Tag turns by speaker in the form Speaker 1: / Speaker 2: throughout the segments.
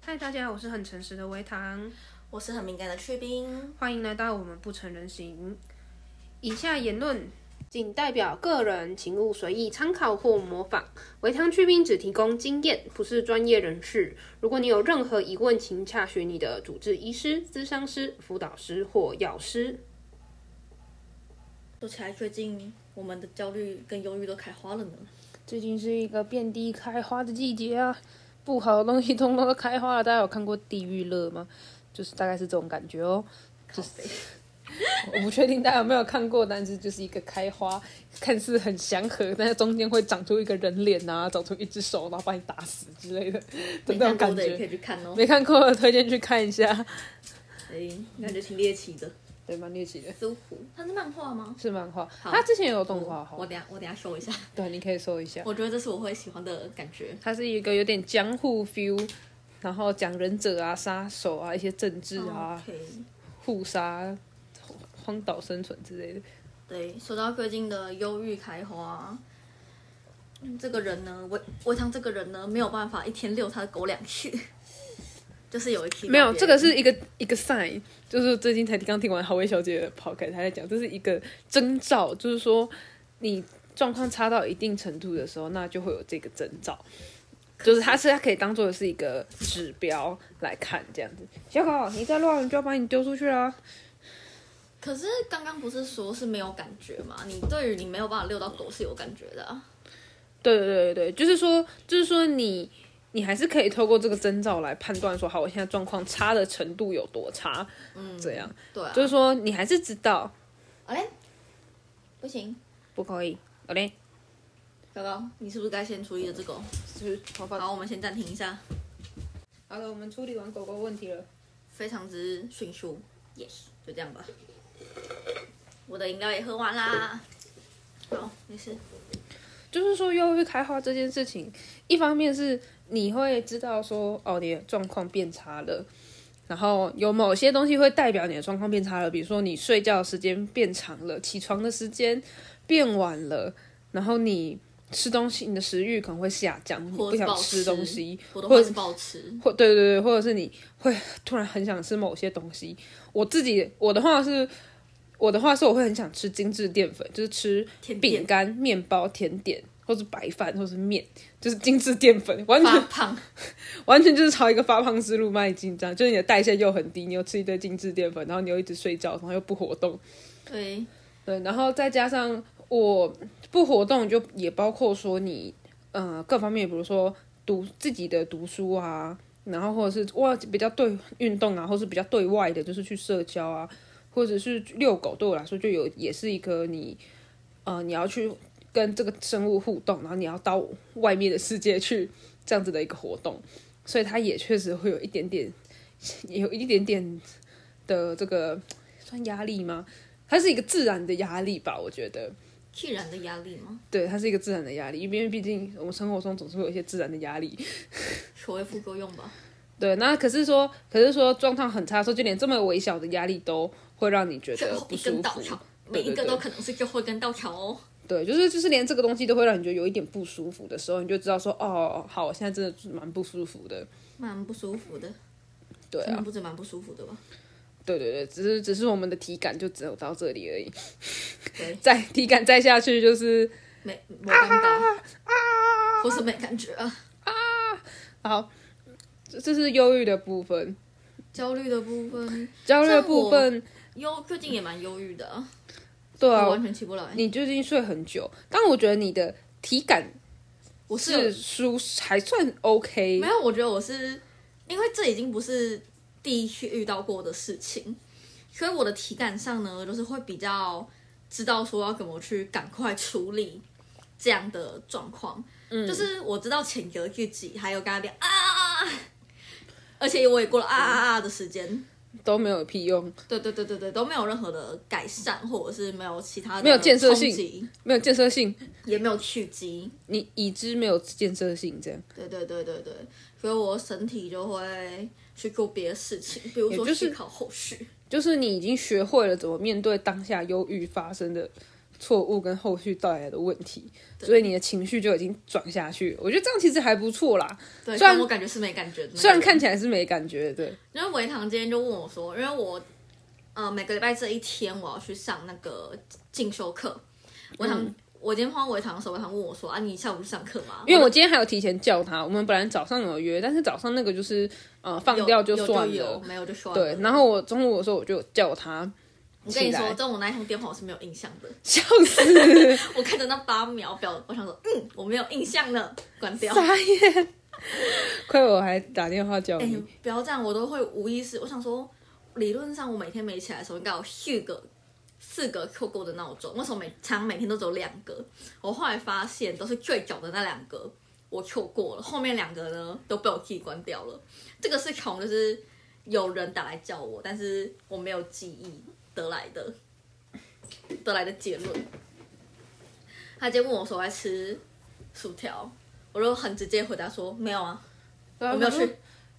Speaker 1: 嗨，大家好，我是很诚实的维糖，
Speaker 2: 我是很敏感的去冰，
Speaker 1: 欢迎来到我们不成人形。以下言论仅代表个人，请勿随意参考或模仿。维糖去冰只提供经验，不是专业人士。如果你有任何疑问，请洽询你的主治医师、咨商师、辅导师或药师。
Speaker 2: 说起来，最近我们的焦虑跟忧郁都开花了呢。
Speaker 3: 最近是一个遍地开花的季节啊，不好的东西通通都开花了。大家有看过《地狱乐》吗？就是大概是这种感觉哦。就是我不确定大家有没有看过，但是就是一个开花， 看似很祥和，但是中间会长出一个人脸啊，长出一只手，然后把你打死之类的，就
Speaker 2: 没
Speaker 3: 那
Speaker 2: 看
Speaker 3: 种
Speaker 2: 过
Speaker 3: 感
Speaker 2: 的也可
Speaker 3: 觉。
Speaker 2: 以去看哦，
Speaker 3: 没看过的推荐去看一下，
Speaker 2: 哎，感觉挺猎奇的。
Speaker 3: 对，蛮猎奇的，
Speaker 2: 搜狐，它是漫画吗？
Speaker 3: 是漫画。它之前也有动画
Speaker 2: 嗯我
Speaker 3: 哈，
Speaker 2: 等下我等下搜一下，
Speaker 3: 对，你可以搜一下。
Speaker 2: 我觉得这是我会喜欢的感觉。
Speaker 3: 它是一个有点江户 feel，然后讲忍者啊、杀手啊、一些政治
Speaker 2: 哦
Speaker 3: 啊、
Speaker 2: OK，
Speaker 3: 互杀、荒岛生存之类的。
Speaker 2: 对，说到最近的忧郁开花，嗯这个人呢，维维汤这个人呢，没有办法一天遛他的狗两次， 就是有一期
Speaker 3: 没有，这个是一个一个 sign，就是最近才刚听完好味小姐的 podcast，她在讲这是一个征兆，就是说你状况差到一定程度的时候，那就会有这个征兆。就是它是它可以当做是一个指标来看，这样子。小狗，你再乱，你就要把你丢出去啊啦。
Speaker 2: 可是刚刚不是说是没有感觉吗？你对于你没有办法遛到狗是有感觉的、啊，
Speaker 3: 对对对对，对就是说，就是说你你还是可以透过这个征兆来判断说，好，我现在状况差的程度有多差，嗯，这样
Speaker 2: 对啊，
Speaker 3: 就是说你还是知道
Speaker 2: 不行，
Speaker 3: 不可以。好嘞，
Speaker 2: 高高，你是不是该先处理了这个？
Speaker 3: 就是头发
Speaker 2: 好，我们先暂停一下，
Speaker 3: 好了，我们处理完狗狗问题了。
Speaker 2: 非常之迅速，yes，就这样吧。我的饮料也喝完啦，好，没事。
Speaker 3: 就是说，忧郁开花这件事情，一方面是你会知道说，哦，你的状况变差了，然后有某些东西会代表你的状况变差了，比如说你睡觉的时间变长了，起床的时间变晚了，然后你吃东西，你的食欲可能会下降，你
Speaker 2: 或者
Speaker 3: 不
Speaker 2: 是
Speaker 3: 想
Speaker 2: 暴
Speaker 3: 吃东西，
Speaker 2: 我的
Speaker 3: 或
Speaker 2: 话
Speaker 3: 者
Speaker 2: 是暴吃，
Speaker 3: 或对对对，或者是你会突然很想吃某些东西。我自己我的话是，我的话是我会很想吃精致淀粉，就是吃
Speaker 2: 甜点
Speaker 3: 饼干、面包、甜点，或是白饭，或是面，就是精致淀粉，完
Speaker 2: 发
Speaker 3: 全
Speaker 2: 胖，
Speaker 3: 完全就是朝一个发胖之路迈进，这样就是你的代谢又很低，你又吃一堆精致淀粉，然后你又一直睡觉，然后又不活动，
Speaker 2: 对，
Speaker 3: 对，然后再加上我不活动，就也包括说你呃各方面，比如说读自己的读书啊，然后或者是哇比较对运动啊，或是比较对外的，就是去社交啊，或者是遛狗，对我来说就有也是一个你呃你要去跟这个生物互动，然后你要到外面的世界去这样子的一个活动，所以它也确实会有一点点，也有一点点的这个算压力吗？它是一个自然的压力吧，我觉得，
Speaker 2: 既然的压力吗？
Speaker 3: 对，它是一个自然的压力，因为毕竟我们生活中总是会有一些自然的压力。
Speaker 2: 所谓副作用吧。
Speaker 3: 对，那可是说，可是说状况很差的时候，就连这么微小的压力都会让你觉
Speaker 2: 最
Speaker 3: 得
Speaker 2: 后
Speaker 3: 啊不
Speaker 2: 一
Speaker 3: 舒
Speaker 2: 根稻
Speaker 3: 服
Speaker 2: 草。，每
Speaker 3: 对
Speaker 2: 一
Speaker 3: 对
Speaker 2: 个
Speaker 3: 对
Speaker 2: 都可能是最后一根稻草哦。
Speaker 3: 对，就是就是连这个东西都会让你觉得有一点不舒服的时候，你就知道说，哦，好，我现在真的是蛮不舒服的。
Speaker 2: 蛮不舒服的，
Speaker 3: 对
Speaker 2: 真的
Speaker 3: 啊，
Speaker 2: 不止蛮不舒服的吧？
Speaker 3: 对对对，只是只是我们的体感就只有到这里而已，
Speaker 2: 对，
Speaker 3: 再体感再下去就是
Speaker 2: 没没感到，或是没感觉啊。
Speaker 3: 好，这这是忧郁的部分，
Speaker 2: 焦虑的部分，
Speaker 3: 焦虑的部分，
Speaker 2: 忧最近也蛮忧郁的啊，
Speaker 3: 对
Speaker 2: 我
Speaker 3: 啊，
Speaker 2: 完全起不来。
Speaker 3: 哦你最近睡很久，但我觉得你的体感
Speaker 2: 我
Speaker 3: 是
Speaker 2: 是
Speaker 3: 舒还算 OK，
Speaker 2: 没有，我觉得我是因为这已经不是第一次遇到过的事情，所以我的体感上呢，就是会比较知道说要怎么去赶快处理这样的状况。嗯，就是我知道谴责自己，还有跟他讲啊啊，啊而且我也过了啊啊啊的时间。
Speaker 3: 都没有屁用，
Speaker 2: 对对对对对，都没有任何的改善，或者是没有其他的
Speaker 3: 没有建设性
Speaker 2: 冲击，
Speaker 3: 没有建设性，
Speaker 2: 也没有去激。
Speaker 3: 你已知没有建设性，这样
Speaker 2: 对对对对对，所以我身体就会去做别的事情，比如说
Speaker 3: 也就是
Speaker 2: 思考后续。
Speaker 3: 就是你已经学会了怎么面对当下忧郁发生的错误跟后续带来的问题，所以你的情绪就已经转下去了。我觉得这样其实还不错啦，
Speaker 2: 对，
Speaker 3: 虽然
Speaker 2: 但我感觉是没感觉的那个人。
Speaker 3: 虽然看起来是没感觉，对，
Speaker 2: 因为维唐今天就问我说，因为我呃每个礼拜这一天我要去上那个进修课，
Speaker 3: 嗯
Speaker 2: 维唐、我今天碰到维唐的时候，维唐问我说啊，你下午去上课吗？
Speaker 3: 因为我今天还有提前叫他，我们本来早上有约，但是早上那个就是呃放
Speaker 2: 有
Speaker 3: 掉
Speaker 2: 有
Speaker 3: 算
Speaker 2: 就有
Speaker 3: 了，
Speaker 2: 没有就算了。
Speaker 3: 对。然后我中午的时候我就叫他，
Speaker 2: 我跟你
Speaker 3: 起
Speaker 2: 说，
Speaker 3: 来
Speaker 2: 但我那一通电话我是没有印象的，
Speaker 3: 笑死，
Speaker 2: 我看着那八秒表，我想说，嗯，我没有印象了，关掉。
Speaker 3: 傻眼，亏我还打电话叫
Speaker 2: 哎
Speaker 3: 你，
Speaker 2: 不要这样，我都会无意识。我想说，理论上我每天没起来的时候，应该有四个、四个 QQ 的闹钟，为什么每常每天都只有两个？我后来发现都是最早的那两个我错过了，后面两个呢都被我自己关掉了。这个是从就是有人打来叫我，但是我没有记忆得来的得来的结论。他今天问我说我在吃薯条，我就很直接回答说没有啊，
Speaker 3: 我
Speaker 2: 我没有去。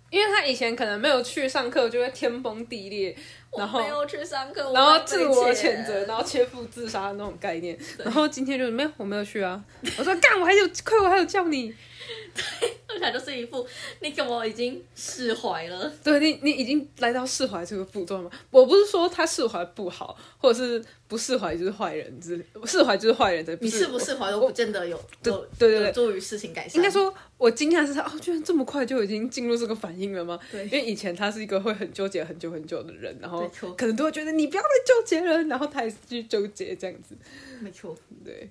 Speaker 3: 因为他以前可能没有去上课，就会天崩地裂，然后
Speaker 2: 没有去上课，
Speaker 3: 然
Speaker 2: 然
Speaker 3: 后自我谴责，然后切腹自杀的那种概念。然后今天就是没有，我没有去啊。我说干，我还有亏我还有叫你。
Speaker 2: 看起来就是一副你怎么已经释怀了，
Speaker 3: 对你，你已经来到释怀这个步骤吗？我不是说他释怀不好，或者是不释怀就是坏人之类，释怀就是坏人的。
Speaker 2: 你
Speaker 3: 是
Speaker 2: 释不释怀都不见得有有
Speaker 3: 对对对
Speaker 2: 有助于事情改善。
Speaker 3: 应该说，我惊讶的是哦，居然这么快就已经进入这个反应了吗？
Speaker 2: 对
Speaker 3: 因为以前他是一个会很纠结很久很久的人，然
Speaker 2: 没
Speaker 3: 后
Speaker 2: 错
Speaker 3: 可能都会觉得你不要再纠结了，然后他还是去纠结这样子。
Speaker 2: 没错，
Speaker 3: 对，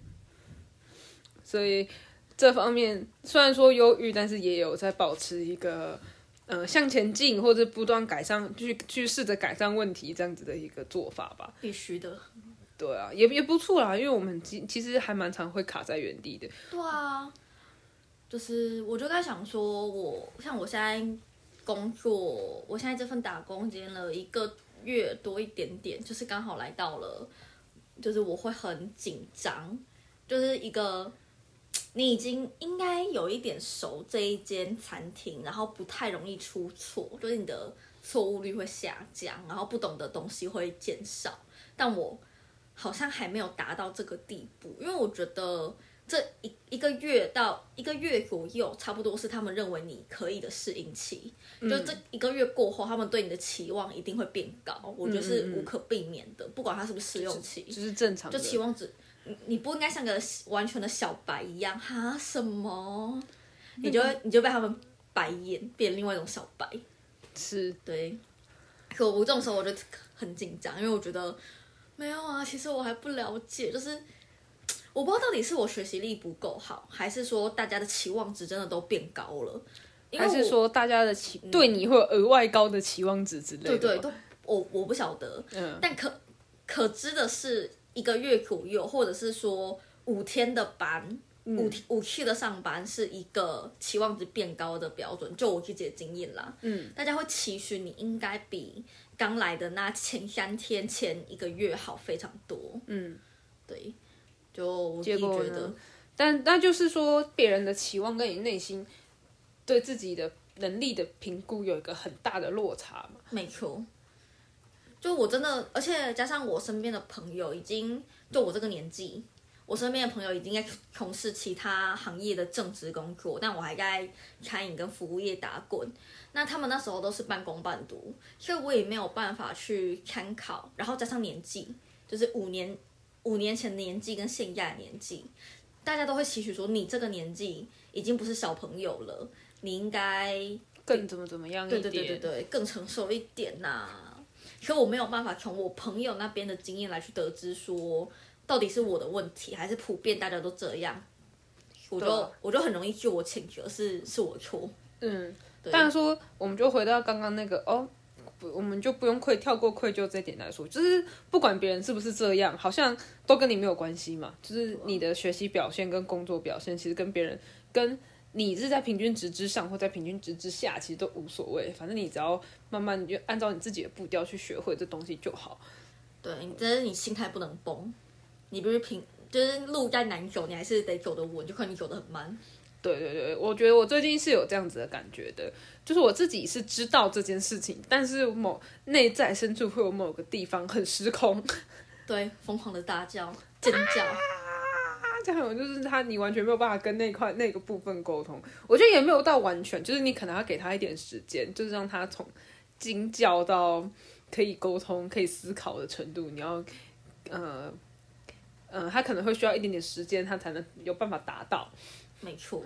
Speaker 3: 所以这方面虽然说忧郁，但是也有在保持一个呃向前进或者不断改善，去去试着改善问题这样子的一个做法吧。
Speaker 2: 必须的。
Speaker 3: 对啊，也也不错啦，因为我们其其实还蛮常会卡在原地的。
Speaker 2: 对啊，就是我就在想说我，像我现在工作，我现在这份打工兼了一个月多一点点，就是刚好来到了，就是我会很紧张，就是一个你已经应该有一点熟这一间餐厅，然后不太容易出错，就是你的错误率会下降，然后不懂的东西会减少，但我。好像还没有达到这个地步，因为我觉得这一一个月到一个月左右，差不多是他们认为你可以的适应期。
Speaker 3: 嗯
Speaker 2: 就这一个月过后，他们对你的期望一定会变高，我觉得是无可避免的，不管它是不是试用期，
Speaker 3: 嗯就是正常的，
Speaker 2: 就期望值，你你不应该像个完全的小白一样哈什么，你就会你就被他们白眼，变另外一种小白。
Speaker 3: 是
Speaker 2: 对，可我这种时候我就很紧张，因为我觉得没有啊，其实我还不了解，就是我不知道到底是我学习力不够好，还是说大家的期望值真的都变高了，因为我
Speaker 3: 还
Speaker 2: 嗯
Speaker 3: 是说大家的期、对你会有额外高的期望值之类的
Speaker 2: 对
Speaker 3: 吗？
Speaker 2: 对都我我不晓得，
Speaker 3: 嗯，
Speaker 2: 但可可知的是一个月左右，或者是说五天的班。
Speaker 3: 嗯
Speaker 2: 五天五去的上班是一个期望值变高的标准，就我自己的经验啦，嗯，大家会期许你应该比刚来的那前三天、前一个月好非常多，
Speaker 3: 嗯，
Speaker 2: 对，就我自
Speaker 3: 结
Speaker 2: 己
Speaker 3: 果
Speaker 2: 觉得
Speaker 3: 呢，但那就是说，别人的期望跟你内心对自己的能力的评估有一个很大的落差嘛。
Speaker 2: 没错，就我真的，而且加上我身边的朋友，已经就我这个年纪，我身边的朋友已经在从事其他行业的正职工作，但我还在餐饮跟服务业打滚。那他们那时候都是半工半读，所以我也没有办法去参考。然后加上年纪，就是五年五年前的年纪跟现在的年纪，大家都会期许说，你这个年纪已经不是小朋友了，你应该
Speaker 3: 更怎么怎么样一
Speaker 2: 对
Speaker 3: 点，
Speaker 2: 对对对对，更成熟一点呐、可我没有办法从我朋友那边的经验来去得知说，到底是我的问题，还是普遍大家都这样。我
Speaker 3: 对
Speaker 2: 就
Speaker 3: 啊
Speaker 2: 我就很容易自我谴责，是是我错。
Speaker 3: 嗯。当然说，我们就回到刚刚那个哦，不，我们就不用愧跳过愧疚这一点来说，就是不管别人是不是这样，好像都跟你没有关系嘛。就是你的学习表现跟工作表现，其实跟别人跟你是在平均值之上或在平均值之下，其实都无所谓。反正你只要慢慢你就按照你自己的步调去学会这东西就好。
Speaker 2: 对，你但是你心态不能崩，你不是平就是路再难走，你还是得走得稳，就看你走得很慢。
Speaker 3: 对对对，我觉得我最近是有这样子的感觉的，就是我自己是知道这件事情，但是某内在深处会有某个地方很失控，
Speaker 2: 对，疯狂的大叫，尖叫。
Speaker 3: 这样就是他，你完全没有办法跟那块那个部分沟通。我觉得也没有到完全，就是你可能要给他一点时间，就是让他从惊叫到可以沟通、可以思考的程度。你要，呃，呃，他可能会需要一点点时间，他才能有办法达到。
Speaker 2: 没错，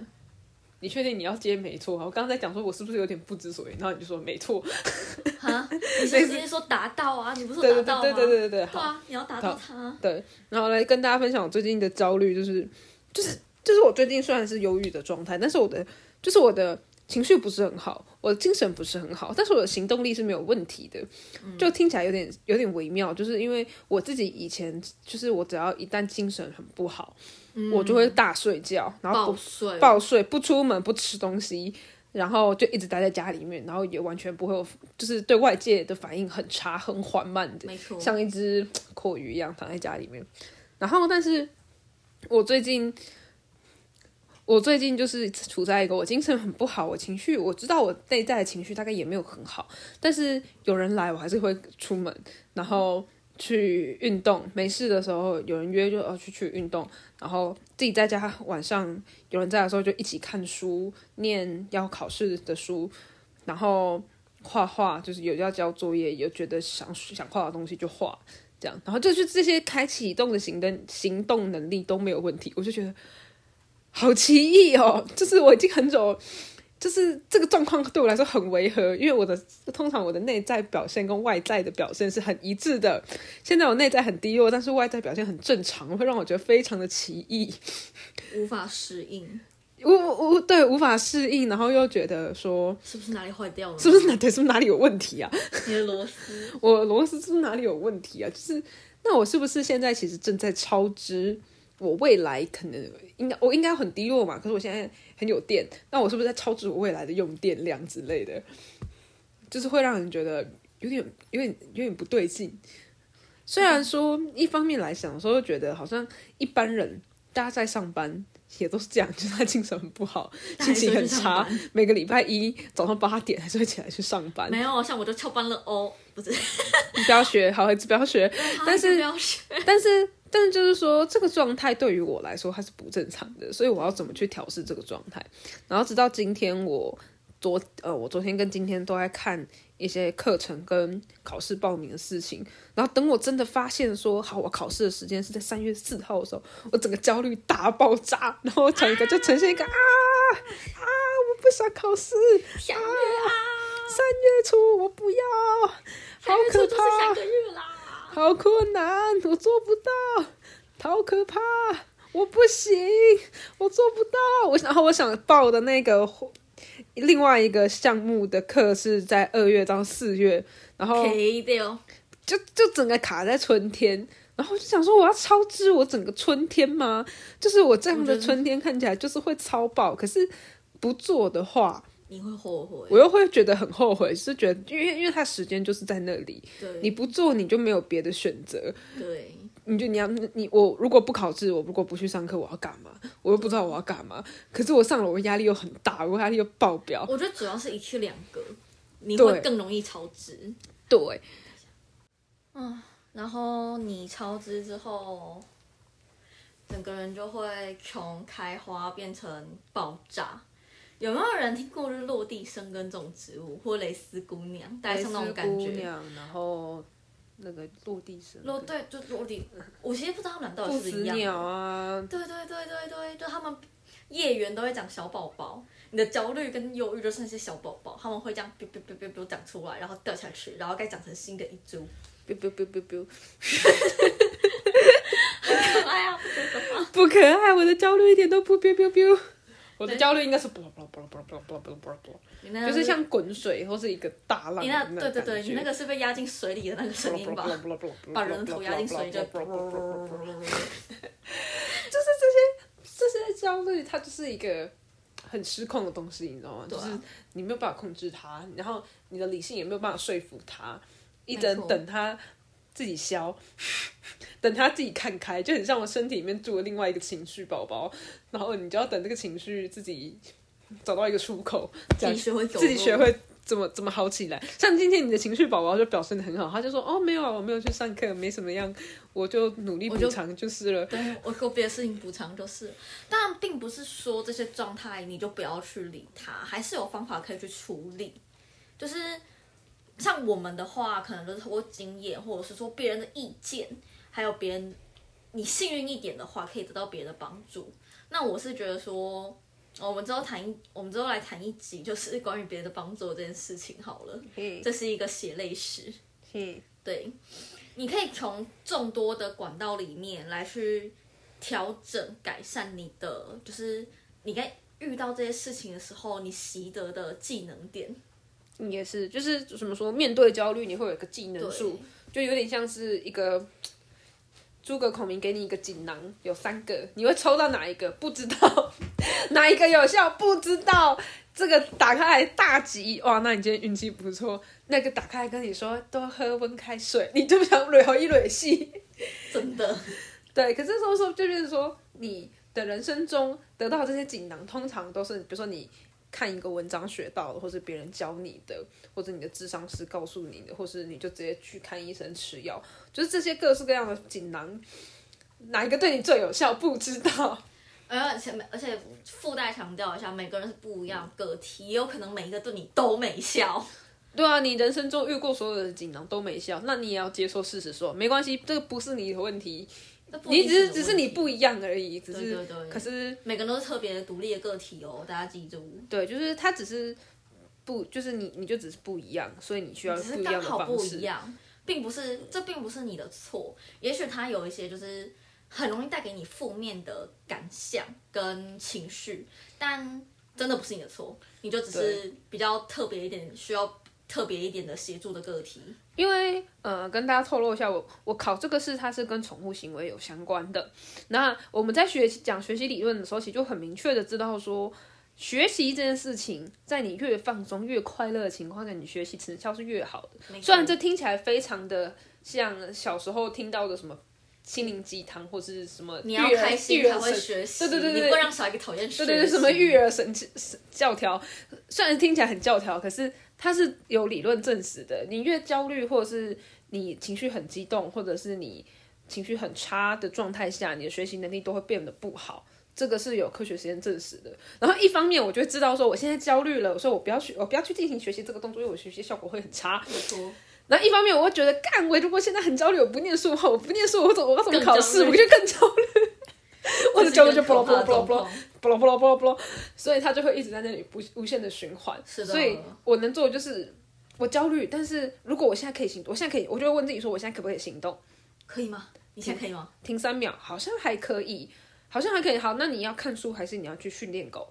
Speaker 3: 你确定你要接没错啊？我刚才讲说我是不是有点不知所以，然后你就说没错，
Speaker 2: 哈，你是直接说达到啊？你不是
Speaker 3: 对
Speaker 2: 说
Speaker 3: 对
Speaker 2: 达到
Speaker 3: 对
Speaker 2: 吗？
Speaker 3: 对对对对对，
Speaker 2: 对
Speaker 3: 好，
Speaker 2: 啊，你要达到它。
Speaker 3: 对，然后来跟大家分享我最近的焦虑，就是就是就是我最近虽然是忧郁的状态，但是我的就是我的情绪不是很好，我的精神不是很好，但是我的行动力是没有问题的，就听起来有点有点微妙，就是因为我自己以前就是我只要一旦精神很不好，我就会大睡觉，然后
Speaker 2: 报
Speaker 3: 不
Speaker 2: 税，
Speaker 3: 嗯暴睡，不出门，不吃东西，然后就一直待在家里面，然后也完全不会有，就是对外界的反应很差、很缓慢的，
Speaker 2: 没错，
Speaker 3: 像一只阔鱼一样躺在家里面。然后，但是我最近，我最近就是处在一个我精神很不好，我情绪我知道我内在的情绪大概也没有很好，但是有人来我还是会出门，然后去运动。没事的时候有人约就要去去运动，然后自己在家晚上有人在的时候就一起看书，念要考试的书，然后画画，就是有要交作业，有觉得想想画的东西就画，这样，然后就是这些开启动的行动行动能力都没有问题，我就觉得好奇异哦，就是我已经很久。就是这个状况对我来说很违和，因为我的通常我的内在表现跟外在的表现是很一致的。现在我内在很低落，但是外在表现很正常，会让我觉得非常的奇异。
Speaker 2: 无法适应，
Speaker 3: 我我我对无法适应，然后又觉得说
Speaker 2: 是不是哪里坏掉了？
Speaker 3: 是不是哪对是不是哪里有问题啊？
Speaker 2: 你的螺丝？
Speaker 3: 我螺丝是不是哪里有问题啊？就是那我是不是现在其实正在超支？我未来可能应该我应该很低落嘛，可是我现在很有电，那我是不是在超支我未来的用电量之类的？就是会让人觉得有点有点有点不对劲。虽然说一方面来想，说觉得好像一般人大家在上班也都是这样，就是他精神很不好，心情很差，每个礼拜一早上八点还是会起来去上班。
Speaker 2: 没有，啊像我就翘班了哦，不是，
Speaker 3: 你不要学，好孩子不要学。但是 啊
Speaker 2: 不要学
Speaker 3: 但是，但是就是说，这个状态对于我来说它是不正常的，所以我要怎么去调试这个状态？然后直到今天我，昨呃，我昨天跟今天都在看一些课程跟考试报名的事情，然后等我真的发现说，好，我考试的时间是在三月四号的时候，我整个焦虑大爆炸，然后我整个就呈现一个啊啊，我不想考试，
Speaker 2: 下个月啊，
Speaker 3: 三月初我不要，好
Speaker 2: 三月
Speaker 3: 可
Speaker 2: 初就是
Speaker 3: 怕啊
Speaker 2: 下。个月啦。
Speaker 3: 好困难，我做不到，好可怕，我不行，我做不到。我然后我想报的那个另外一个项目的课是在二月到四月，然后
Speaker 2: K 掉，
Speaker 3: 就就整个卡在春天。然后我就想说，我要超支我整个春天吗？就是我这样的春天看起来就是会超爆，可是不做的话，
Speaker 2: 你会后悔。
Speaker 3: 我又会觉得很后悔，是觉得因为因为它时间就是在那里，
Speaker 2: 对，
Speaker 3: 你不做你就没有别的选择，
Speaker 2: 对，
Speaker 3: 你就你要你我如果不考试，我如果不去上课，我要干嘛？我又不知道我要干嘛。可是我上了，我压力又很大，我压力又爆表。
Speaker 2: 我觉得主要是一去两个，你
Speaker 3: 对
Speaker 2: 会更容易超支。啊
Speaker 3: 对，
Speaker 2: 然后你超支之后，整个人就会从开花变成爆炸。有没有人听过就是落地生根这种植物，或蕾丝姑娘，大概像那种感
Speaker 3: 姑
Speaker 2: 觉？
Speaker 3: 娘，然后那个落地生
Speaker 2: 落对，就落地。我其实不知道他们俩到底
Speaker 3: 不
Speaker 2: 是不
Speaker 3: 死
Speaker 2: 是一
Speaker 3: 鸟
Speaker 2: 样。
Speaker 3: 啊，
Speaker 2: 对对对对对，就他们业员都会讲小宝宝，你的焦虑跟忧郁就是那些小宝宝，他们会这样 biu biu biu biu biu 长出来，然后掉下去，然后该长成新的一株。
Speaker 3: biu biu biu biu biu，
Speaker 2: 哎呀，
Speaker 3: 不可爱，我的焦虑一点都不 biu biu biu。我的焦虑应该是不不不不不不不不
Speaker 2: 你那
Speaker 3: 不，就是像滚水或是一个大浪的
Speaker 2: 你
Speaker 3: 那
Speaker 2: 那
Speaker 3: 种
Speaker 2: 对对对，
Speaker 3: 感觉
Speaker 2: 你那个是被压进水里的那个声音吧？把人头压进水里就，
Speaker 3: 就是这些这些焦虑，它就是一个很失控的东西，你知道吗？就
Speaker 2: 对啊
Speaker 3: 是你没有办法控制它，然后你的理性也没有办法说服它，一
Speaker 2: 没
Speaker 3: 直
Speaker 2: 错
Speaker 3: 等它自己消， 等它自己看开，就很像我身体里面住了另外一个情绪宝宝，然后你就要等这个情绪自己找到一个出口，这
Speaker 2: 自
Speaker 3: 样
Speaker 2: 己学会走路
Speaker 3: 自己学会怎么怎么好起来。像今天你的情绪宝宝就表现的很好，他就说哦没有啊，我没有去上课，没什么样，我就努力补偿就是了。
Speaker 2: 对我给我别的事情补偿就是了，但并不是说这些状态你就不要去理它，还是有方法可以去处理。就是像我们的话，可能就是通过经验，或者是说别人的意见，还有别人你幸运一点的话，可以得到别人的帮助。那我是觉得说，哦我们之后谈一，我们之后来谈一集，就是关于别人的帮助这件事情好了。
Speaker 1: 嗯
Speaker 2: 这是一个血泪史。
Speaker 1: 嗯
Speaker 2: 对，你可以从众多的管道里面来去调整、改善你的，就是你该遇到这些事情的时候，你习得的技能点。
Speaker 3: 也是，就是怎么说，面对焦虑你会有一个技能
Speaker 2: 对，
Speaker 3: 树，就有点像是一个。诸葛孔明给你一个锦囊，有三个，你会抽到哪一个？不知道， 哪一个有效？不知道。这个打开来大吉，哇，那你今天运气不错。那个打开来跟你说多喝温开水，你就想捋一捋细。
Speaker 2: 真的，
Speaker 3: 对，可是说说就是说，你的人生中得到这些锦囊，通常都是比如说你看一个文章学到的，或是别人教你的，或者你的智商师告诉你的，或是你就直接去看医生吃药，就是这些各式各样的锦囊，哪一个对你最有效不知道。
Speaker 2: 而且而且附带强调一下，每个人是不一样的个体，也有可能每一个对你都没效。
Speaker 3: 对啊，你人生中遇过所有的锦囊都没效，那你也要接受事实说没关系，这个不是你的问题，
Speaker 2: 那不一
Speaker 3: 你
Speaker 2: 定
Speaker 3: 只是
Speaker 2: 你的
Speaker 3: 只是
Speaker 2: 问
Speaker 3: 你
Speaker 2: 题
Speaker 3: 不一样而已，只
Speaker 2: 对
Speaker 3: 是
Speaker 2: 对对
Speaker 3: 可是
Speaker 2: 每个人都是特别独立的个体哦，大家记住。
Speaker 3: 对，就是他只是不，就是你你就只是不一样，所以你需要
Speaker 2: 只
Speaker 3: 不
Speaker 2: 是
Speaker 3: 一样
Speaker 2: 刚
Speaker 3: 的
Speaker 2: 好
Speaker 3: 方
Speaker 2: 不
Speaker 3: 式。
Speaker 2: 一样，并不是这并不是你的错。也许他有一些就是很容易带给你负面的感想跟情绪，但真的不是你的错，你就只是比较特别一点，需要特别一点的协助的个体。
Speaker 3: 因为呃，跟大家透露一下，我我考这个试，它是跟宠物行为有相关的。那我们在学习讲学习理论的时候，其实就很明确的知道说，学习这件事情，在你越放松、越快乐的情况下，你学习成效是越好的。虽然这听起来非常的像小时候听到的什么心灵鸡汤或是什么
Speaker 2: 你
Speaker 3: 育
Speaker 2: 要
Speaker 3: 儿
Speaker 2: 开心
Speaker 3: 育
Speaker 2: 才
Speaker 3: 儿
Speaker 2: 会
Speaker 3: 神
Speaker 2: 学习，
Speaker 3: 对对对对
Speaker 2: 你不会让小孩给讨厌学习。
Speaker 3: 对对对， 什么育儿神神教条，虽然听起来很教条，可是它是有理论证实的。你越焦虑，或者是你情绪很激动，或者是你情绪很差的状态下，你的学习能力都会变得不好。这个是有科学实验证实的。然后一方面，我就会知道说我现在焦虑了，所以我不要去，我不要去进行学习这个动作，因为我学习效果会很差。
Speaker 2: 没错，
Speaker 3: 然后一方面，我会觉得干，我如果现在很焦虑，我不念书的话，我不念书，我怎么我要怎么
Speaker 2: 更
Speaker 3: 考
Speaker 2: 焦
Speaker 3: 试？
Speaker 2: 虑
Speaker 3: 我就更焦虑，我的焦虑就
Speaker 2: 不
Speaker 3: 不
Speaker 2: 不
Speaker 3: 咯不咯
Speaker 2: 不
Speaker 3: 不咯不
Speaker 2: 不。
Speaker 3: 咯不咯不咯不咯不咯，所以他就会一直在那里不无限的循环。
Speaker 2: 是的
Speaker 3: 所以我能做的就是我焦虑，但是如果我现在可以行，我现在可以，我就会问自己说，我现在可不可以行动？
Speaker 2: 可以吗？你现在可以吗？
Speaker 3: 停三秒，好像还可以，好像还可以。好，那你要看书还是你要去训练狗？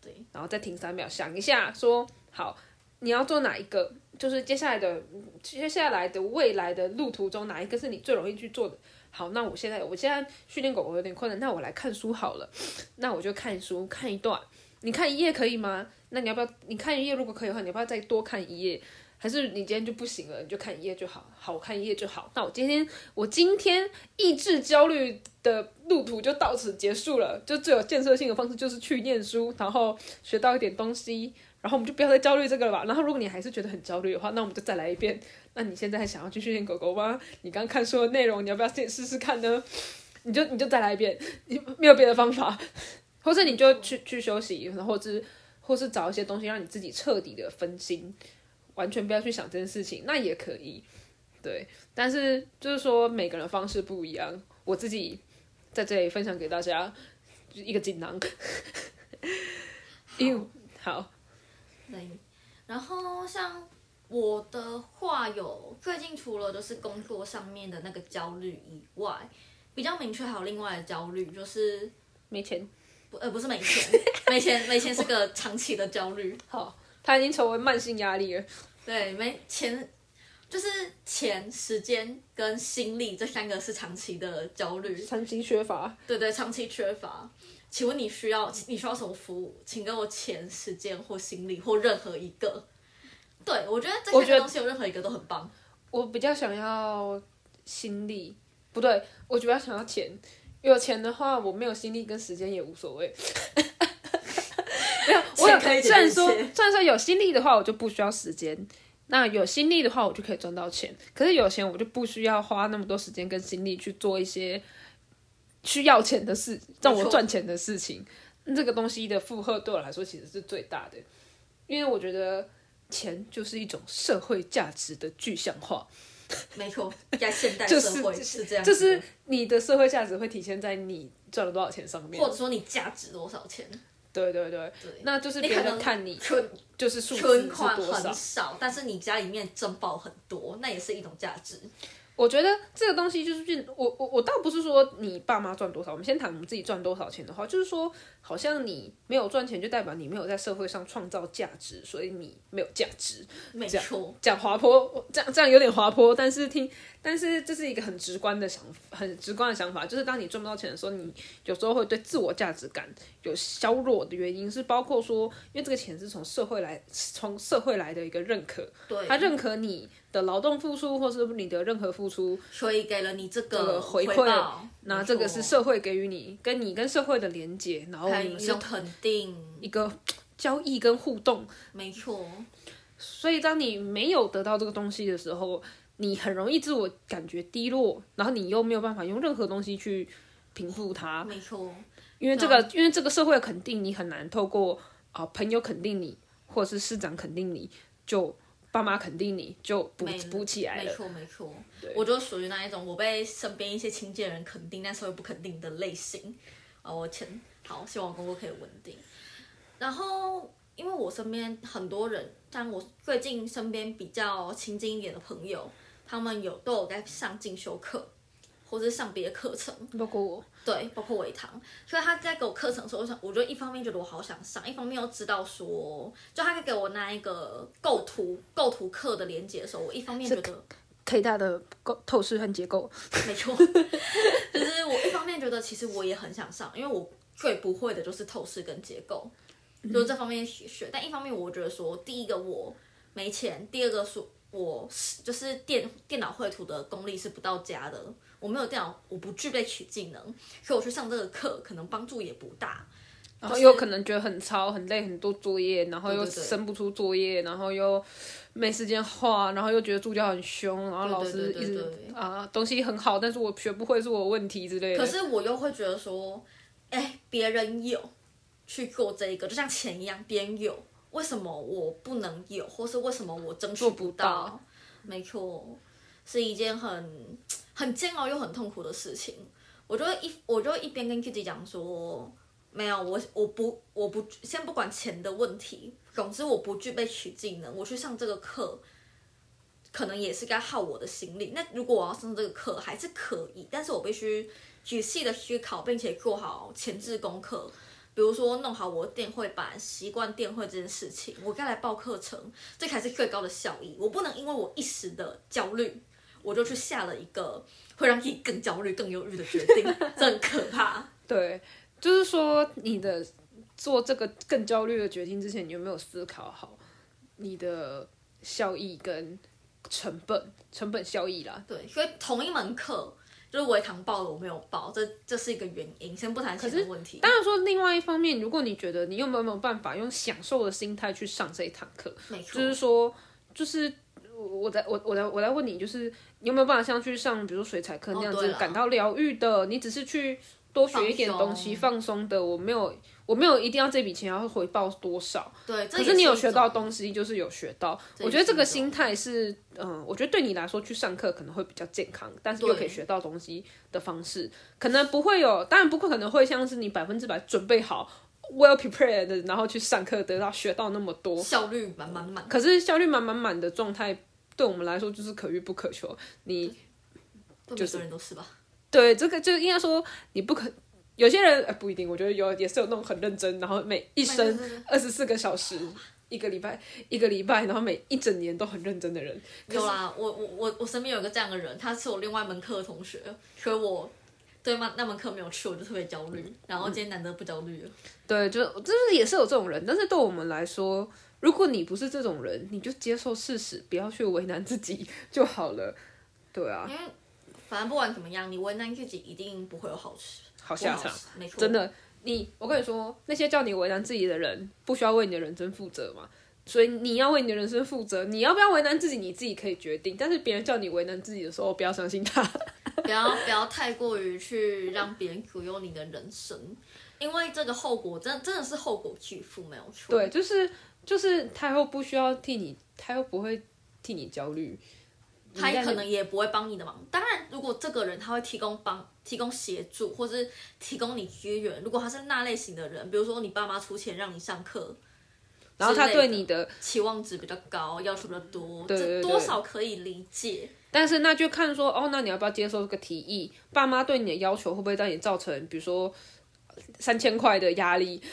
Speaker 2: 对，
Speaker 3: 然后再停三秒，想一下说好，你要做哪一个？就是接下来的接下来的未来的路途中，哪一个是你最容易去做的？好，那我现在我现在训练狗狗有点困难，那我来看书好了。那我就看书看一段，你看一页可以吗？那你要不要？你看一页如果可以的话，你要不要再多看一页？还是你今天就不行了，你就看一页就好，好我看一页就好。那我今天我今天抑制焦虑的路途就到此结束了。就最有建设性的方式就是去念书，然后学到一点东西，然后我们就不要再焦虑这个了吧。然后如果你还是觉得很焦虑的话，那我们就再来一遍。那你现在还想要去训练狗狗吗？你刚看书的内容，你要不要先试试看呢？ 你就你就再来一遍，你没有别的方法，或者你就去去休息，然后或是或是找一些东西让你自己彻底的分心，完全不要去想这件事情，那也可以。对，但是就是说每个人方式不一样，我自己在这里分享给大家就是一个锦囊。因为好，
Speaker 2: 对，然后像我的话有最近除了就是工作上面的那个焦虑以外，比较明确还有另外的焦虑，就是
Speaker 3: 没钱。
Speaker 2: 不呃不是没钱，没钱没钱是个长期的焦虑，
Speaker 3: 好，他已经成为慢性压力了。
Speaker 2: 对，没钱就是钱、时间跟心力这三个是长期的焦虑，
Speaker 3: 长期缺乏，
Speaker 2: 对对，长期缺乏。请问你需要你需要什么服务？请给我钱、时间或心力或任何一个。对，我觉得这
Speaker 3: 我觉
Speaker 2: 三个
Speaker 3: 得
Speaker 2: 东西有任何一个都很棒。
Speaker 3: 我比较想要心力，不对，我主要想要钱。有钱的话，我没有心力跟时间也无所谓。没有， 我有
Speaker 2: 钱可以解决
Speaker 3: 虽然
Speaker 2: 一切
Speaker 3: 说虽然说有心力的话，我就不需要时间。那有心力的话，我就可以赚到钱。可是有钱，我就不需要花那么多时间跟心力去做一些需要钱的事，让我
Speaker 2: 错
Speaker 3: 赚钱的事情。这个东西的负荷对我来说其实是最大的，因为我觉得钱就是一种社会价值的具象化。
Speaker 2: 没错，在现代
Speaker 3: 就
Speaker 2: 社会
Speaker 3: 是
Speaker 2: 是这样子的，
Speaker 3: 就是你的社会价值会体现在你赚了多少钱上面
Speaker 2: 或。者说你价值多少钱，
Speaker 3: 对对对，那就是
Speaker 2: 你
Speaker 3: 别
Speaker 2: 可
Speaker 3: 人
Speaker 2: 能
Speaker 3: 看你
Speaker 2: 存
Speaker 3: 就是数字是
Speaker 2: 存款
Speaker 3: 多少
Speaker 2: 很。少，但是你家里面珍宝很多，那也是一种价值。
Speaker 3: 我觉得这个东西就是我我我倒不是说你爸妈赚多少，我们先谈我们自己赚多少钱的话，就是说好像你没有赚钱，就代表你没有在社会上创造价值，所以你没有价值。
Speaker 2: 没错，
Speaker 3: 讲滑坡，这样这样有点滑坡，但是听，但是这是一个很直观的想，很直观的想法，就是当你赚不到钱的时候，你有时候会对自我价值感有削弱的原因是包括说，因为这个钱是从社会来，从社会来的一个认可，
Speaker 2: 对，
Speaker 3: 他认可你的劳动付出，或是你的任何付出，
Speaker 2: 所以给了你这
Speaker 3: 这
Speaker 2: 个
Speaker 3: 个回馈
Speaker 2: 馈，
Speaker 3: 那
Speaker 2: 没
Speaker 3: 这个
Speaker 2: 错
Speaker 3: 是社会给予你跟你跟社会的连接，然后
Speaker 2: 还
Speaker 3: 你
Speaker 2: 有
Speaker 3: 们
Speaker 2: 一
Speaker 3: 是
Speaker 2: 种肯定，
Speaker 3: 一个交易跟互动，
Speaker 2: 没错，
Speaker 3: 所以当你没有得到这个东西的时候，你很容易自我感觉低落，然后你又没有办法用任何东西去平复它，
Speaker 2: 没错，
Speaker 3: 因为这个，因为这个社会肯定你很难透过啊、朋友肯定你，或者是师长肯定你，就爸妈肯定你，就补
Speaker 2: 没
Speaker 3: 补起来
Speaker 2: 没
Speaker 3: 了。
Speaker 2: 错没错，我就属于那一种我被身边一些亲近的人肯定，但是又不肯定的类型。啊，我前好，希望我工作可以稳定。然后，因为我身边很多人，像我最近身边比较亲近一点的朋友，他们有都有在上进修课，或是上别的课程。
Speaker 3: 包括我，
Speaker 2: 对，包括维堂，所以他在给我课程的时候，我想，我就一方面觉得我好想上，一方面又知道说，就他在给我那一个构图构图课的连接的时候，我一方面觉得
Speaker 3: 可以大的构透视和结构，
Speaker 2: 没错， 就是我一方面觉得其实我也很想上，因为我最不会的就是透视跟结构，
Speaker 3: 嗯
Speaker 2: 就是这方面学学。但一方面我觉得说，第一个我没钱，第二个说我是就是电电脑绘图的功力是不到家的，我没有电脑，我不具备取技能，所以我去上这个课可能帮助也不大。
Speaker 3: 然后哦又可能觉得很超、很累、很多作业，然后又
Speaker 2: 对对对
Speaker 3: 生不出作业，然后又没时间画，然后又觉得助教很凶，然后老
Speaker 2: 对
Speaker 3: 师一
Speaker 2: 对
Speaker 3: 直
Speaker 2: 对对对
Speaker 3: 啊东西很好，但是我学不会是我的问题之类的。
Speaker 2: 可是我又会觉得说，哎、别人有去做这一个，就像钱一样，别人有，为什么我不能有，或是为什么我争取
Speaker 3: 做不
Speaker 2: 到？
Speaker 3: 到
Speaker 2: 没错，是一件很很煎熬又很痛苦的事情。我就会一我就会一边跟自己讲说，没有，我我不我不先不管钱的问题，总之我不具备取技能，我去上这个课，可能也是该耗我的心力。那如果我要上这个课还是可以，但是我必须仔细的思考，并且做好前置功课。比如说弄好我的电绘板，习惯电绘这件事情，我该来报课程，这才是最高的效益。我不能因为我一时的焦虑，我就去下了一个会让自己更焦虑、更忧郁的决定，这很可 怕。
Speaker 3: 对，就是说你的做这个更焦虑的决定之前，你有没有思考好你的效益跟成本、成本效益啦？
Speaker 2: 对，所以同一门课，就是我一堂报了，我没有报，这这是一个原因。先不谈钱的问题，
Speaker 3: 当然说，另外一方面，如果你觉得你有没有办法用享受的心态去上这一堂课，
Speaker 2: 没错
Speaker 3: 就，是说，就是我我在我我来我来问你，就是你有没有办法像去上比如水彩课那样
Speaker 2: 哦对
Speaker 3: 子
Speaker 2: 啦
Speaker 3: 感到疗愈的？你只是去多学一点东西，放松的。我没有我没有一定要这笔钱要回报多少，
Speaker 2: 对。这
Speaker 3: 可
Speaker 2: 也是
Speaker 3: 是你有
Speaker 2: 一
Speaker 3: 学到
Speaker 2: 种
Speaker 3: 东西，就是有学到。
Speaker 2: 这也
Speaker 3: 我觉得
Speaker 2: 是
Speaker 3: 这个
Speaker 2: 一种
Speaker 3: 心态是，嗯、我觉得对你来说去上课可能会比较健康，但是又
Speaker 2: 对
Speaker 3: 可以学到东西的方式，可能不会有，当然不可能会像是你百分之百准备好。well prepared，然后去上课得到学到那么多，
Speaker 2: 效率满满满。
Speaker 3: 可是效率满满满的状态，对我们来说就是可遇不可求。你
Speaker 2: 对每个人都是吧？
Speaker 3: 对这个就应该说你不可。有些人、呃、不一定，我觉得有也是有那种很认真，然后每一生
Speaker 2: 对对对
Speaker 3: 二十四个小时，一个礼拜一个礼拜，然后每一整年都很认真的人，
Speaker 2: 有啦，我我我我身边有一个这样的人，他是我另外一门课的同学，所以我对那那门课没有去，我就特别焦
Speaker 3: 嗯
Speaker 2: 虑。然后今天难得不焦虑了，
Speaker 3: 对，就就是也是有这种人，但是对我们来说，如果你不是这种人，你就接受事实，不要去为难自己就好了。对啊，
Speaker 2: 因为反正不管怎么样，你为难自己一定不会有好事，
Speaker 3: 好
Speaker 2: 不会
Speaker 3: 下
Speaker 2: 有好
Speaker 3: 场。
Speaker 2: 事没错，
Speaker 3: 真的你，我跟你说，那些叫你为难自己的人，不需要为你的人生负责嘛。所以你要为你的人生负责，你要不要为难自己，你自己可以决定。但是别人叫你为难自己的时候，不要相 信他。
Speaker 2: 不要不要太过于去让别人左右你的人生，因为这个后果真真的是后果巨负，没有错。
Speaker 3: 对，就是就是他又不需要替你，他又不会替你焦虑。
Speaker 2: 他
Speaker 3: 你在
Speaker 2: 可能也不会帮你的忙。当然，如果这个人他会提供帮、提供协助，或是提供你资源，如果他是那类型的人，比如说你爸妈出钱让你上课，
Speaker 3: 然后他
Speaker 2: 之类
Speaker 3: 对你的，
Speaker 2: 期望值比较高，要求比较多，
Speaker 3: 对
Speaker 2: 这
Speaker 3: 对
Speaker 2: 多少可以理解。
Speaker 3: 但是那就看说，哦，那你要不要接受这个提议？爸妈对你的要求会不会让你造成，比如说三千块的压力？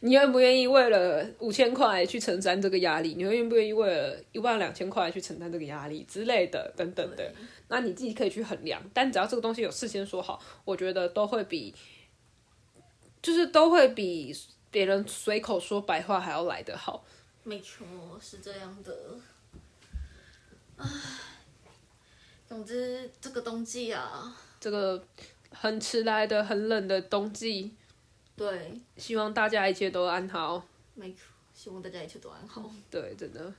Speaker 3: 你愿不愿意为了五千块去承担这个压力？你愿不愿意为了一万两千块去承担这个压力之类的，等等的？那你自己可以去衡量。但只要这个东西有事先说好，我觉得都会比，就是都会比别人随口说白话还要来得好。
Speaker 2: 没错，是这样的。唉，总之这个冬季啊，
Speaker 3: 这个很迟来的、很冷的冬季，
Speaker 2: 对，
Speaker 3: 希望大家一切都安好。
Speaker 2: 没错，希望大家一切都安好。
Speaker 3: 对，真的，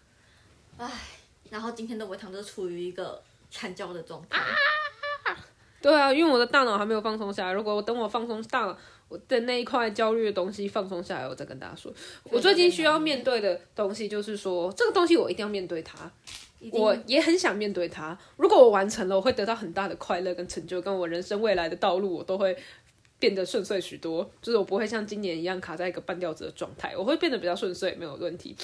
Speaker 2: 然后今天的维糖就处于一个惨叫的状态。
Speaker 3: 啊对啊，因为我的大脑还没有放松下来。如果我等我放松大脑，我的那一块焦虑的东西放松下来，我再跟大家说。我最近需要面对的东西就是说，这个东西我一定要面对它，
Speaker 2: 一定
Speaker 3: 我也很想面对它。如果我完成了，我会得到很大的快乐跟成就，跟我人生未来的道路，我都会。变得顺遂许多，就是我不会像今年一样卡在一个半吊子的状态，我会变得比较顺遂，没有问题。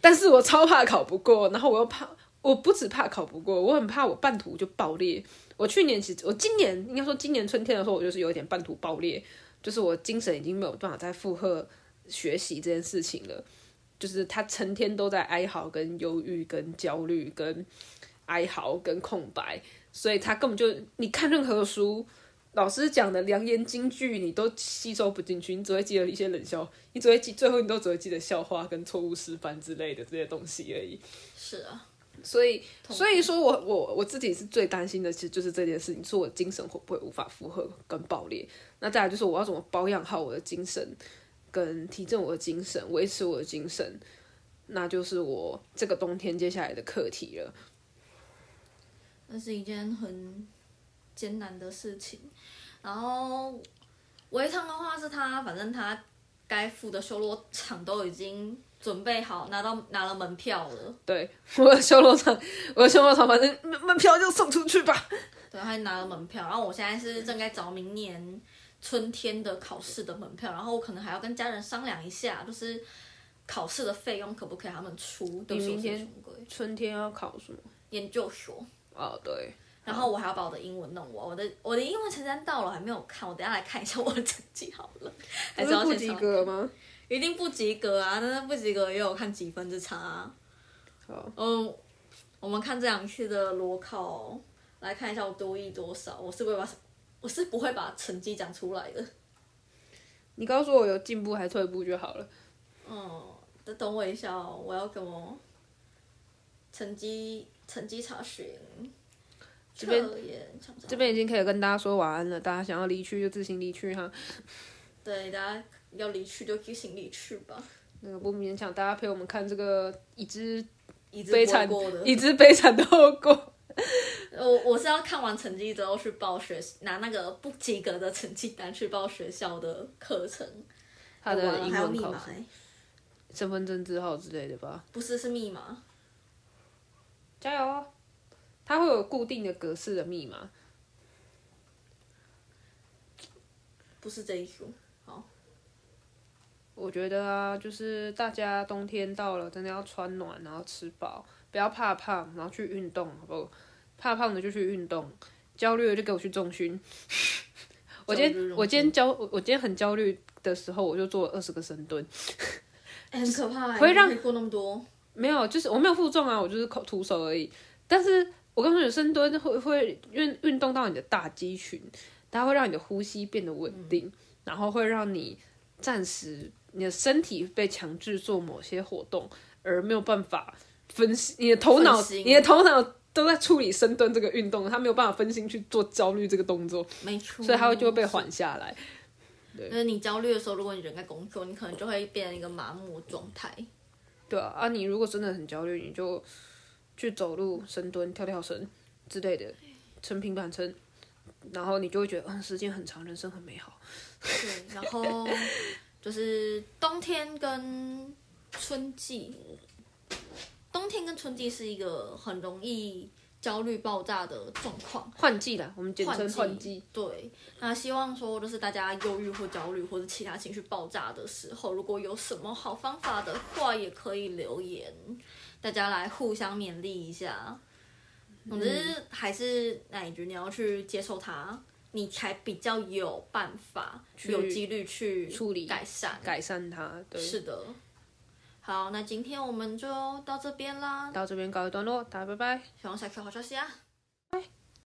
Speaker 3: 但是我超怕考不过，然后我又怕，我不只怕考不过，我很怕我半途就爆裂。我去年其实，我今年应该说今年春天的时候，我就是有一点半途爆裂，就是我精神已经没有办法再负荷学习这件事情了，就是他成天都在哀嚎、跟忧郁、跟焦虑、跟哀嚎、跟空白，所以他根本就你看任何书。老师讲的良言金句，你都吸收不进去，你只会记得一些冷笑，你只会记，最后你都只会记得笑话跟错误示范之类的这些东西而已。
Speaker 2: 是啊，
Speaker 3: 所以，所以说我我我自己是最担心的，其实就是这件事情，是我精神会不会无法负荷跟爆裂。那再来就是我要怎么保养好我的精神，跟提振我的精神，维持我的精神，那就是我这个冬天接下来的课题了。
Speaker 2: 那是一件很艰难的事情。然后维汤的话是他，反正他该付的修罗场都已经准备好，拿到拿了门票了，
Speaker 3: 对， 我的修罗场，我的修罗场，反正门门票就送出去吧。
Speaker 2: 对，他拿了门票。然后我现在是正在找明年春天的考试的门票，然后我可能还要跟家人商量一下，就是考试的费用可不可以他们出？对不起
Speaker 3: 明天
Speaker 2: 我是穷鬼
Speaker 3: 春天要考什么？
Speaker 2: 研究所。
Speaker 3: 哦，对，
Speaker 2: 然后我还要把我的英文弄完，我的我的英文成绩到了还没有看，我等一下来看一下我的成绩好 了，还是
Speaker 3: 不是
Speaker 2: 要
Speaker 3: 不
Speaker 2: 先
Speaker 3: 及
Speaker 2: 上
Speaker 3: 格吗？
Speaker 2: 一定不及格啊！但是不及格也有看几分之差、啊。
Speaker 3: 好，
Speaker 2: 嗯，我们看这两次的裸考，来看一下我多益多少。我是不会把，我是不会把成绩讲出来的。
Speaker 3: 你告诉我有进步还退步就好了。
Speaker 2: 嗯，等等我一下哦，我要跟我成绩成绩查询。
Speaker 3: 这边
Speaker 2: 测验想查
Speaker 3: 这边已经可以跟大家说晚安了，大家想要离去就自行离去哈。
Speaker 2: 对大家要离去就去行离去吧，
Speaker 3: 那个不勉强大家陪我们看这个已知
Speaker 2: 一直
Speaker 3: 悲惨
Speaker 2: 过的。
Speaker 3: 已知悲惨的 后果。
Speaker 2: 我我是要看完成绩之后去报学，拿那个不及格的成绩单去报学校的课程。
Speaker 3: 他的英
Speaker 2: 还有
Speaker 3: 文
Speaker 2: 密
Speaker 3: 考
Speaker 2: 码
Speaker 3: 试、
Speaker 2: 欸，
Speaker 3: 身份证字号之类的吧，
Speaker 2: 不是是密码，
Speaker 3: 加油哦！它会有固定的格式的密码，
Speaker 2: 不是这一组。好，
Speaker 3: 我觉得啊，就是大家冬天到了，真的要穿暖，然后吃饱，不要怕胖，然后去运动，好不好？怕胖的就去运动，焦虑的就给我去重训。 我今
Speaker 2: 焦虑重
Speaker 3: 天我今天焦我我今天很焦虑的时候，我就做了二十个深蹲。
Speaker 2: 哎、很可怕、欸，
Speaker 3: 会让
Speaker 2: 你可以过那么多。
Speaker 3: 没有，就是我没有负重啊，我就是靠徒手而已。但是我跟你说，深蹲会会运运动到你的大肌群，它会让你的呼吸变得稳
Speaker 2: 嗯
Speaker 3: 定，然后会让你暂时你的身体被强制做某些活动，而没有办法分析你的头脑，
Speaker 2: 分心
Speaker 3: 你的头脑都在处理深蹲这个运动，它没有办法分心去做焦虑这个动作，
Speaker 2: 没错，
Speaker 3: 所以它会就会被缓下来。
Speaker 2: 就是你焦虑的时候，如果你人在工作，你可能就会变成一个麻木的状态。
Speaker 3: 对啊，啊，你如果真的很焦虑，你就去走路、深蹲、跳跳绳之类的，撑平板撑，然后你就会觉得，嗯，时间很长，人生很美好。
Speaker 2: 对，然后就是冬天跟春季，冬天跟春季是一个很容易焦虑爆炸的状况。
Speaker 3: 换季啦，我们简称换季。
Speaker 2: 对，那希望说就是大家忧郁或焦虑或者其他情绪爆炸的时候，如果有什么好方法的话，也可以留言，大家来互相勉励一下。总之，
Speaker 3: 嗯
Speaker 2: 还是那一句，你要去接受它，你才比较有办法、有几率去
Speaker 3: 处理
Speaker 2: 改善。
Speaker 3: 改善它，对，
Speaker 2: 是的。好，那今天我们就到这边啦，
Speaker 3: 到这边告一段落，大家拜拜。
Speaker 2: 希望下期有好消息啊！